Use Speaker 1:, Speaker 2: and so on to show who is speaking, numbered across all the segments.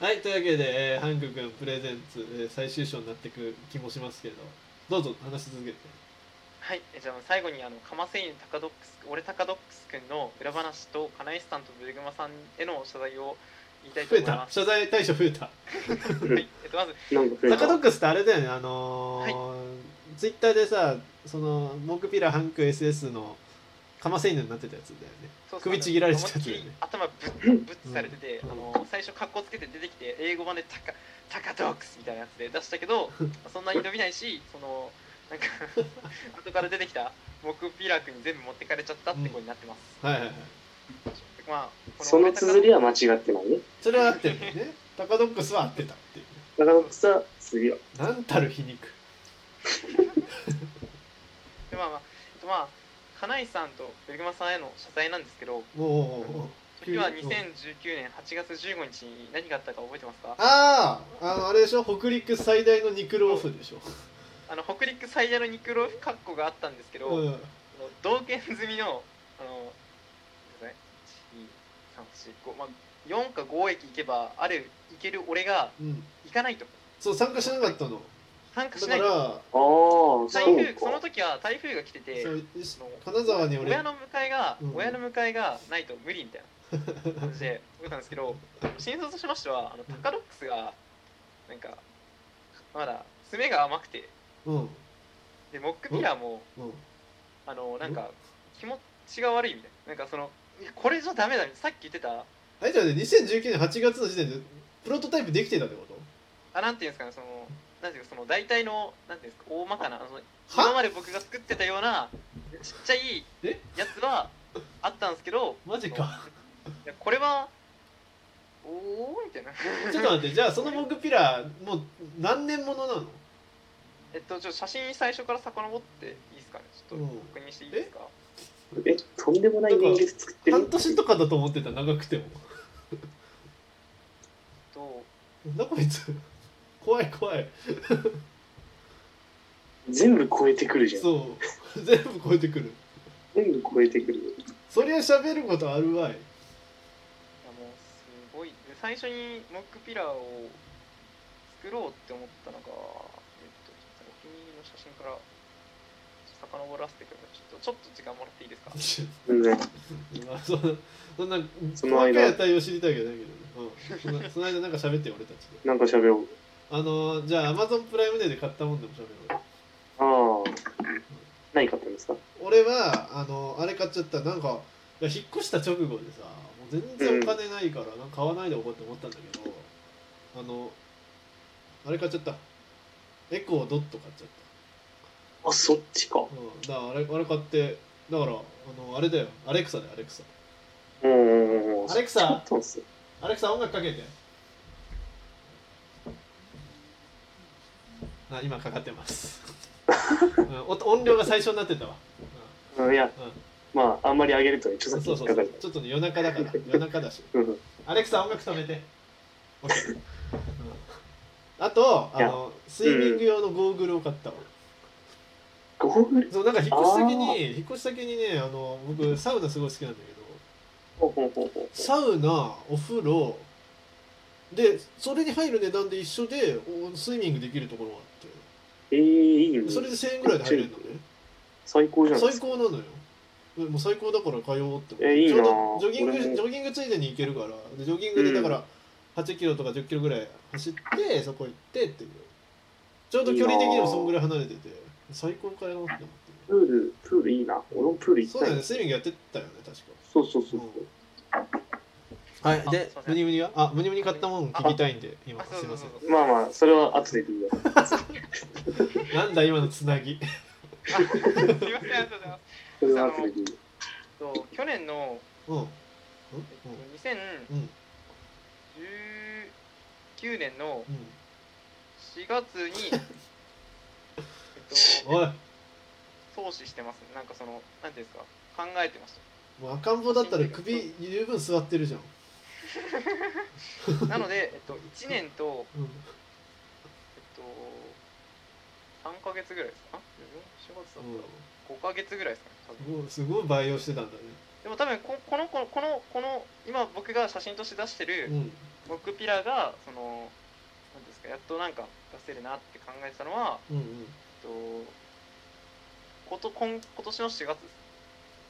Speaker 1: はいというわけで、えー、ハング君プレゼンツ、えー最終章になっていく気もしますけどどうぞ話し続けて
Speaker 2: はい、えじゃあ最後にあのカマセイヌタカドックス俺タカドックス君の裏話とカナイスさんとブルグマさんへの謝罪を言いたいと
Speaker 1: 増え
Speaker 2: 思いま
Speaker 1: た
Speaker 2: す。
Speaker 1: 謝罪対象増えた
Speaker 2: はい、えっとまず
Speaker 3: なんか増え
Speaker 1: タ
Speaker 3: た
Speaker 1: カドックスってあれだよねあのーツイッターでさそのモンクピラハンク SS のカマセイヌになってたやつだよね
Speaker 2: そうそう
Speaker 1: 首ちぎられてたやつだよね
Speaker 2: 思いっきり頭ぶっぶっされてて、
Speaker 1: うん
Speaker 2: あの最初格好つけて出てきて英語版でタカタカドックスみたいなやつで出した けどそんなに伸びないしそのなんか 後から出てきた木ピラクに全部持ってかれちゃったってことになってます。
Speaker 1: はいはいはい
Speaker 2: まあ
Speaker 3: その綴り
Speaker 2: は
Speaker 3: は間違ってないね。
Speaker 1: それは合ってるんだよね タカドックスは合ってたっていう
Speaker 3: タカドックスは次は。
Speaker 1: なんたる皮肉
Speaker 2: でまあまあえっとまあカナイさんとブルグマさんへの謝罪なんですけど。
Speaker 1: おうおうおう
Speaker 2: 時は2019年8月15日に何があったか覚えてますか
Speaker 1: あああのあれでしょ北陸最大の肉ローフでしょ、
Speaker 2: あの北陸最大の肉ローフ括弧があったんですけど、
Speaker 1: う
Speaker 2: あの
Speaker 1: ん、
Speaker 2: 同県済みのあの1 2 3 4 5まあ4か5駅行けばある行ける俺が
Speaker 1: うん、
Speaker 2: 行かないと
Speaker 1: そう参加しなかったの
Speaker 2: 参加
Speaker 1: だ
Speaker 2: し
Speaker 1: か
Speaker 2: ない
Speaker 1: ら
Speaker 2: と
Speaker 3: ああ、そう
Speaker 2: 台風その
Speaker 3: か。
Speaker 2: 時は台風が来てて
Speaker 1: そう
Speaker 2: あの
Speaker 1: 金沢に俺
Speaker 2: 親の迎えが、
Speaker 1: うん
Speaker 2: 親の迎えがないと無理みたいな感じで思ったんですけど真相としましてはあのタカロックスがなんかまだ爪が甘くて
Speaker 1: うんうん
Speaker 2: でモックピラーもあのなんか気持ちが悪いみたいななんかそのいやこれじゃダメださっき言ってた
Speaker 1: あれじゃね2019年8月の時点でプロトタイプできてたってこと
Speaker 2: あなんていうんですかねそのなんていうかその大体のなんていうんですか大まかなその今
Speaker 1: は
Speaker 2: まで僕が作ってたようなちっちゃい
Speaker 1: え
Speaker 2: やつはあったんですけど
Speaker 1: マジか
Speaker 2: いやこれはおおみたいな
Speaker 1: ちょっと待ってじゃあそのモグピラーもう何年ものなの
Speaker 2: えっとちょっと写真最初から遡っていいですかねちょっと確認していいですか
Speaker 3: え、とんでもない人間作ってる
Speaker 1: 半。年とかだと思ってた長くても
Speaker 2: と
Speaker 1: なんだこいつ怖い怖い
Speaker 3: 全部超えてくるじゃん。
Speaker 1: そう全部超えてくる
Speaker 3: 全部超えてくる。
Speaker 1: そりゃ喋ることあるわい
Speaker 2: いやもうすごいで最初にモックピラーを作ろうって思ったのが、えっと、お気に入りの写真から遡らせてくださいちょっとちょっと時間もらっていいですか
Speaker 3: 全然。
Speaker 1: まあそんなそんな
Speaker 3: その間
Speaker 1: 細かい対応知りたいわけどないけどね、うん、そのその間なんか喋ってよ俺たちで
Speaker 3: なんか喋ろう。
Speaker 1: あのーじゃあアマゾンプライムデーで買ったもんでも喋ろう
Speaker 3: ああ。何買ったんですか
Speaker 1: 俺はあのーあれ買っちゃったなんかいや引っ越した直後でさもう全然お金ないからなんか買わないでおこうって思ったんだけど、あのあれ買っちゃったエコードット買っちゃっ
Speaker 3: あ、そっちか。
Speaker 1: た、うん、だからあれあれ買ってだからあのあれだよアレクサだよアレクサ
Speaker 3: うんうんうんうん。
Speaker 1: アレク
Speaker 3: 買
Speaker 1: サ
Speaker 3: ったんすよ
Speaker 1: アレクサ音楽かけてあ今かかってます、うん、お音量が最初になってたわ、
Speaker 3: うんいや、
Speaker 1: うん
Speaker 3: まあ、あんまり上げるとね、
Speaker 1: う
Speaker 3: 著
Speaker 1: ん、そ
Speaker 3: 作
Speaker 1: うそ
Speaker 3: 権
Speaker 1: うそ
Speaker 3: かか
Speaker 1: う
Speaker 3: るか
Speaker 1: ちょっとね夜中だ から夜中だし
Speaker 3: ら。うんうん。
Speaker 1: アレクサ音楽止めて OK、うん、あとあのスイミング用のゴーグルを買ったわ、
Speaker 3: ゴーグル
Speaker 1: そうなんか引っ越し先
Speaker 3: あ
Speaker 1: に引っ越し先にねあの僕サウナすごい好きなんだけど
Speaker 3: ほうほうほうほう
Speaker 1: サウナお風呂でそれに入る値段で一緒でおスイミングできるところがあっ
Speaker 3: ええいい
Speaker 1: てそれ
Speaker 3: ね。
Speaker 1: で1000円ぐらいで入れるのね
Speaker 3: 最高じゃないで
Speaker 1: 最
Speaker 3: すか。
Speaker 1: 高なのよでもう最高だから通おうって思って
Speaker 3: えいいな
Speaker 1: ちょうどジョギング
Speaker 3: 俺も
Speaker 1: ジョギングついでに行けるからでジョギングでだから8キロとか10キロぐらい走ってそこ行ってっていうちょうど距離的にもそんぐらい離れてて最高かよって思って
Speaker 3: プール、プールいいな。俺もプール行き
Speaker 1: そう
Speaker 3: た
Speaker 1: だよ
Speaker 3: いな
Speaker 1: ね。スイミングやってたよね確か
Speaker 3: そうそうそう。
Speaker 1: はい
Speaker 2: あ
Speaker 1: です
Speaker 2: いませ
Speaker 1: ム
Speaker 2: ん
Speaker 1: ニムニはあムニムニ買ったもん聞きたいんで今
Speaker 2: あそう
Speaker 1: すい
Speaker 2: そう
Speaker 1: ませ
Speaker 2: そ
Speaker 1: ん
Speaker 2: う
Speaker 3: まあまあ、それは後で言うよ。
Speaker 1: なんだ今のつなぎ。
Speaker 2: あすいませんありがとうございます
Speaker 3: それは後で言うよ。
Speaker 2: と去年の、
Speaker 1: うん。うん。
Speaker 2: えっ
Speaker 1: う
Speaker 2: と、
Speaker 1: ん。
Speaker 2: 2019年の
Speaker 1: うん。
Speaker 2: 4月に、えっ
Speaker 1: おい、
Speaker 2: と、創始してますなんかそのなんていうんですか考えてまし
Speaker 1: もう赤ん坊だったら首十分座ってるじゃん。
Speaker 2: たなので、えっと、1年と
Speaker 1: うん。
Speaker 2: えっと、3ヶ月ぐらいですか ?4 月だったら5ヶ月ぐらいですかね、多分。
Speaker 1: すごい、すごい培養してたんだね。
Speaker 2: でも多分こ、この子、この、この、今僕が写真として出してる
Speaker 1: うん。
Speaker 2: モックピラがそのなんですかやっとなんか出せるなって考えてたのは、
Speaker 1: うんうん
Speaker 2: えっと、こと今今年の4月です
Speaker 1: は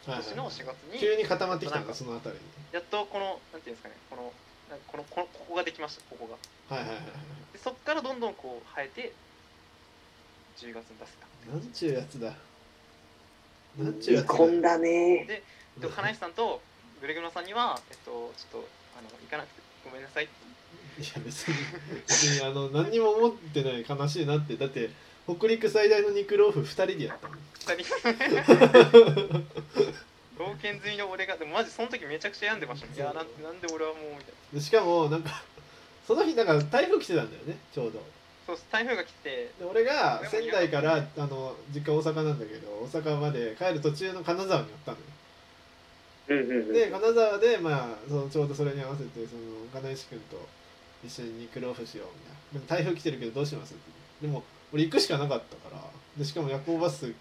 Speaker 2: 今
Speaker 1: い
Speaker 2: 年の
Speaker 1: は
Speaker 2: 4月
Speaker 1: い、
Speaker 2: に
Speaker 1: 急に固まってきた
Speaker 2: なんん
Speaker 1: か
Speaker 2: か
Speaker 1: そのあたりに
Speaker 2: やっとこのなんていうんですかねこのなんかこのこのここができましたここが
Speaker 1: はいはいはいはい
Speaker 2: でそっからどんどんこう生えて10月に出せた
Speaker 1: なんちゅうやつだなんちゅう
Speaker 3: 見
Speaker 1: やつだ
Speaker 3: 込んだね
Speaker 2: えっと金石さんとグレグノさんには、えっと、ちょっとあの行かなくてごめんなさいって
Speaker 1: いや別に別にあの何にも思ってない悲しいなってだって北陸最大の肉ローフ2人でやったの
Speaker 2: 二人冒険済みの俺がでもマジその時めちゃくちゃ病んでましたもんいやなんなんで俺はもうみたいな
Speaker 1: でしかもなんかその日なんか台風来てたんだよねちょうど
Speaker 2: そうです台風が来て
Speaker 1: で俺が仙台からあの実家大阪なんだけど大阪まで帰る途中の金沢に寄ったのよ
Speaker 3: うんうんうん
Speaker 1: で金沢で、まあ、そのちょうどそれに合わせてその金石君と一緒に肉ローフしようみたいなでも台風来てるけどどうしますってでも俺行くしかなかったからでしかも夜行バス普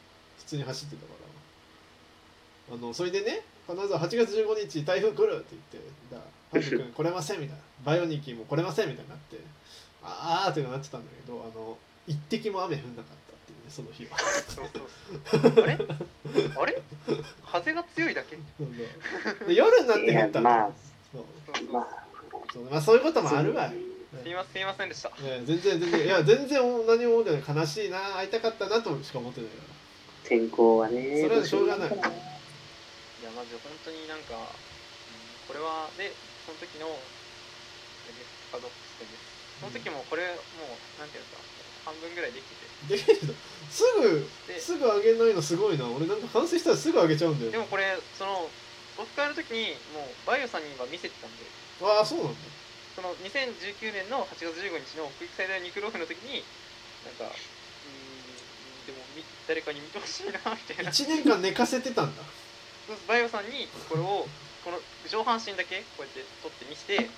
Speaker 1: 通に走ってたからあのそれでね金沢8月15日台風来るって言って「だハジ君来れません」みたいな「バイオニキーも来れません」みたいになって「ああ」ってなってたんだけどあの一滴も雨降んなかったっていうねその日は。
Speaker 2: そうそうそうあれあれ風が強いだけ
Speaker 1: そうそうで夜になって降ったの
Speaker 3: いやまあ
Speaker 1: そう
Speaker 2: そうそう
Speaker 3: まあ
Speaker 1: そうまあそういうこともあるわよ。
Speaker 2: すいませんすいませんでした
Speaker 1: いや全然全然いや全然何も思ってない悲しいな会いたかったなとしか思ってないか
Speaker 3: 天候はね
Speaker 1: それはしょうがない
Speaker 2: いやマジで本当になんかうんこれはでその時のパドックスですその時もこれもうなんていうんですか半分ぐらいできて
Speaker 1: らできるけどすぐ
Speaker 2: てです
Speaker 1: ぐあげないのすごいな俺なんか反省したらすぐあげちゃうんだ
Speaker 2: で
Speaker 1: よ
Speaker 2: もこれそのオフ会の時にもうバイオさんには見せてたんで
Speaker 1: ああそうなんだ
Speaker 2: その2019年の8月15日の国際大肉ローフの時になんかうーんでもみ誰かに見てほしいなみたいな
Speaker 1: 1年間寝かせてたんだ
Speaker 2: そうですバイオさんにこれをこの上半身だけこうやって撮って見せて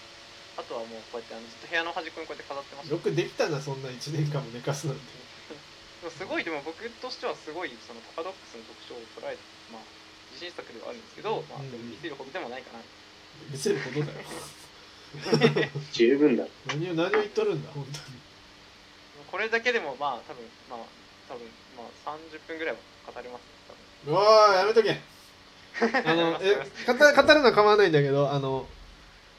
Speaker 2: あとはもうこうやってあのずっと部屋の端っこにこうやって飾ってました
Speaker 1: よくできたなそんな1年間も寝かすなんて
Speaker 2: でもすごいでも僕としてはすごいそのパドックスの特徴を捉えてまあ自信作ではあるんですけど、まあ、
Speaker 1: うん
Speaker 2: でも見せるほどでもないかな
Speaker 1: 見せることだよ
Speaker 3: 十分だ
Speaker 1: 何を何を言っとるんだ本
Speaker 2: これだけでもまあ多分まあ多分まあ30分ぐらいは語れます多分
Speaker 1: 当におーやめとけあ のえ語語るのは構わないんだけどあの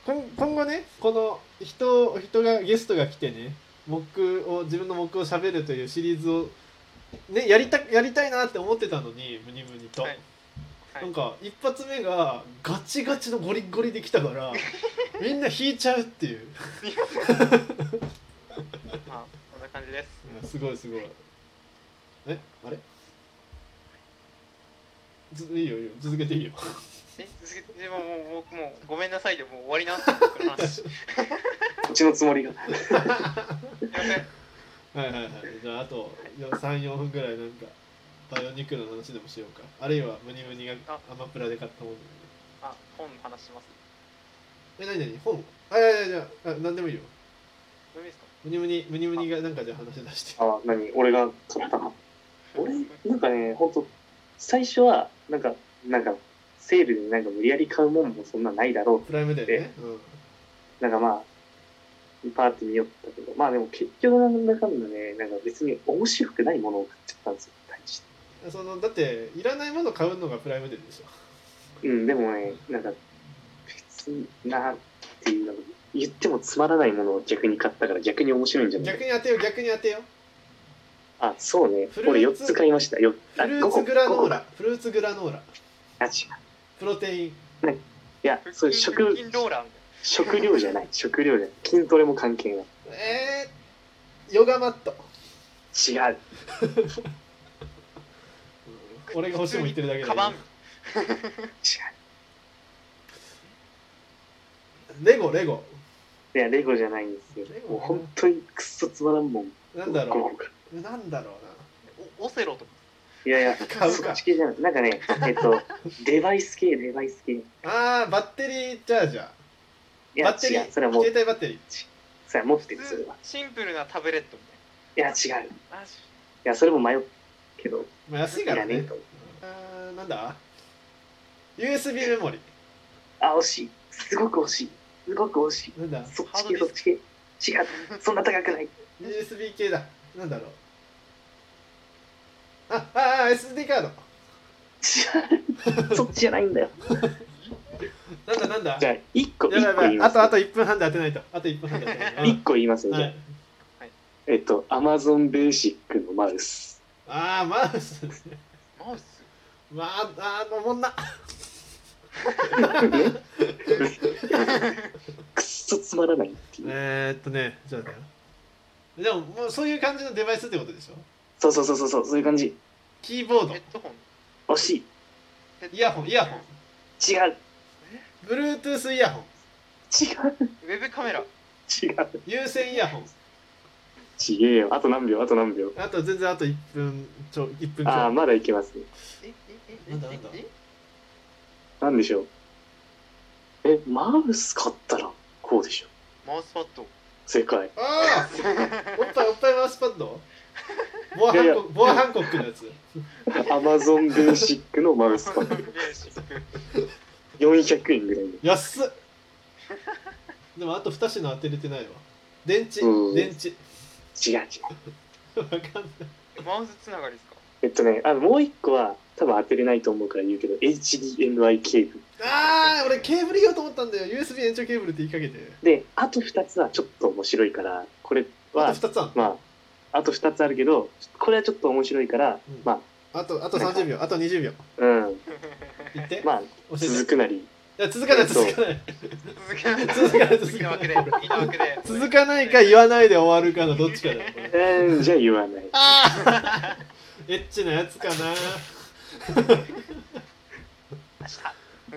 Speaker 1: 今今後ねこの人人がゲストが来てね僕を自分の僕を喋るというシリーズをねやりたやりたいなって思ってたのにムニムニと、
Speaker 2: はいはい
Speaker 1: なんか一発目がガチガチのゴリゴリできたから みんな引いちゃうっていう
Speaker 2: まあこんな感じです
Speaker 1: いやすごいすごいえあれずいいよいいよ続けていいよ
Speaker 2: え続けでももうもうもうごめんなさいでもう終わりなんですよこの 話すい
Speaker 3: こっちのつもりが
Speaker 2: ません
Speaker 1: はいはいはいじゃああと34分ぐらいなんかバイオニックの話でもしようかあるいはムニムニが
Speaker 2: あ
Speaker 1: アマプラで買ったもの
Speaker 2: あ本の話します
Speaker 1: え何何本あいやいやいやあ何でもいいよ
Speaker 2: どうですか
Speaker 1: ムニムニムニムニがなんかじゃあ話し出して
Speaker 3: あ何俺が買ったの俺なんかね本当最初はなんかなんかセールになんか無理やり買うもんもそんなないだろう
Speaker 1: プライムデーね、うん、
Speaker 3: なんかまあ、パーティー見よったけど、まあでも結局なんだかんだね、なんか別に面白くないものを買っちゃったんですよ、大して。
Speaker 1: そのだっていらないもの買うのがプライムデーでしょ
Speaker 3: うん、でもね、なんか、別になっていうのが、言ってもつまらないものを逆に買ったから逆に面白いんじゃない
Speaker 1: 逆に当てよう逆に当てよう
Speaker 3: あ、そうね
Speaker 1: フ。ルーツ
Speaker 3: 俺4つ買いました。よ
Speaker 1: フルーツグラノー。ラフルーツグラノーラ
Speaker 3: あ、違う。い
Speaker 1: プロテイン
Speaker 3: や、
Speaker 2: 腹
Speaker 3: そういう
Speaker 2: 筋腹
Speaker 3: 食
Speaker 2: 筋、ローラーみ
Speaker 3: 食料じゃない。食料じゃない。筋トレも関係ない。
Speaker 1: えー、ヨガマット
Speaker 3: 違う。
Speaker 1: 俺が欲しいもん言ってるだ
Speaker 2: た
Speaker 1: けだけ
Speaker 2: いなカ
Speaker 1: ど
Speaker 2: バン
Speaker 1: レゴレゴ
Speaker 3: いや、レゴじゃないんですよ
Speaker 1: レ。ゴ
Speaker 3: もう本当にくっそつまらんもん。
Speaker 1: なんだ
Speaker 3: ゴロ
Speaker 1: ろ
Speaker 3: ゴロ買って
Speaker 1: うなんだろうない
Speaker 2: おオセロとか
Speaker 3: いやいや、
Speaker 1: 買う
Speaker 3: そ
Speaker 1: か
Speaker 3: っち系じゃない。なんかね、えっ と、デバイス系、デバイス系。い
Speaker 1: あーバッテリーチャージャー
Speaker 3: や、
Speaker 1: バッテリ
Speaker 3: 違う。
Speaker 1: ー
Speaker 3: それは
Speaker 1: 携
Speaker 3: もう、
Speaker 1: 帯バッテリー
Speaker 3: それは持って
Speaker 2: 普
Speaker 3: る、それ
Speaker 2: 通
Speaker 3: は。
Speaker 2: シンプルなタブレットみ
Speaker 3: いや、違う。い
Speaker 2: たいなあし
Speaker 3: や、それも迷うけど、
Speaker 1: まあ安いから
Speaker 3: いら
Speaker 1: ね
Speaker 3: ねえと思う
Speaker 1: あーなんだ USB メモリ
Speaker 3: あ、惜しい。すごく惜しい。すごく惜しい。
Speaker 1: なんだ
Speaker 3: そっち系、そっち系。違う、そんな高くない。
Speaker 1: USB 系だなんだろうあああ SD カード
Speaker 3: 違う、そっちじゃないんだよ。
Speaker 1: なんだなんだ
Speaker 3: じゃあ、一個、
Speaker 1: やばいやば
Speaker 3: 一個言い
Speaker 1: い
Speaker 3: ま
Speaker 1: あ
Speaker 3: す。
Speaker 1: とあと1分半で当てないとあと1分半で当てないと、
Speaker 3: 一個言います
Speaker 1: うん
Speaker 3: ね。じ
Speaker 1: は
Speaker 3: ゃあ
Speaker 1: い、
Speaker 3: えっと、Amazon Basic のマウス。
Speaker 1: ああマウスね
Speaker 2: マウス
Speaker 1: まああのもんな
Speaker 3: くっそつまらないっていう。
Speaker 1: えー、っとねじゃあねでももうそういう感じのデバイスってことでしょ
Speaker 3: そうそうそうそうそう、そういう感じ。
Speaker 1: キーボー
Speaker 2: ヘッ
Speaker 1: ド
Speaker 2: ドホン
Speaker 3: 惜し
Speaker 1: イヤホンイヤホン
Speaker 3: い。違う。
Speaker 1: Bluetooth イヤホン
Speaker 3: 違う。
Speaker 2: ウェブカメラ
Speaker 3: 違う。
Speaker 1: 有線イヤホン
Speaker 3: ちげえよ。あと何秒、あと何秒。
Speaker 1: あと全然あと1分ちょ1分ちょ
Speaker 3: ああ、まだいけますね。
Speaker 2: ええええ
Speaker 1: なんだなんだ
Speaker 2: え
Speaker 3: なんでしょう。え、マウス買ったらこうでしょ。
Speaker 2: マウスパッド
Speaker 3: 正解。
Speaker 1: ああおっぱいおっぱいマウスパッドボアハンコボアハンコックのやつ
Speaker 3: アマゾンベーシックのマウスパッド。
Speaker 2: ベーシック
Speaker 3: 400円ぐらいの。
Speaker 1: 安っでもあと2品当てれてないわ電池
Speaker 3: うん
Speaker 1: 電池
Speaker 3: 違う違う。
Speaker 1: わかんない
Speaker 2: マウスつながりですか
Speaker 3: えっとね、あのもう一個は多分当てれないと思うから言うけど、HDMI ケーブル。
Speaker 1: あー俺ケーブル言おうと思ったんだよ USB 延長ケーブルって言いかけて
Speaker 3: で、あと二つはちょっと面白いから、これ
Speaker 1: あ
Speaker 3: は、
Speaker 1: と2つあんの
Speaker 3: まあ、あと二つあるけど、これはちょっと面白いから、
Speaker 1: うん
Speaker 3: ま
Speaker 1: あとあと30秒あと20秒
Speaker 3: あ、うん、
Speaker 1: 言って
Speaker 3: まあ、
Speaker 1: 教えて
Speaker 3: 続くなり、
Speaker 1: いや続かない
Speaker 3: そう
Speaker 1: 続かない
Speaker 2: 続けない
Speaker 1: 続かない続
Speaker 2: 次
Speaker 1: かな
Speaker 2: の枠で
Speaker 1: い
Speaker 2: 次の枠で
Speaker 1: 続かないか言わないで終わるかのどっちかだよこれ
Speaker 3: うん、じゃあ言わない。
Speaker 1: あーエッチなやつかな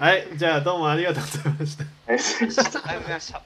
Speaker 1: はいじゃあどうもありがとうございました
Speaker 2: ありがとうございました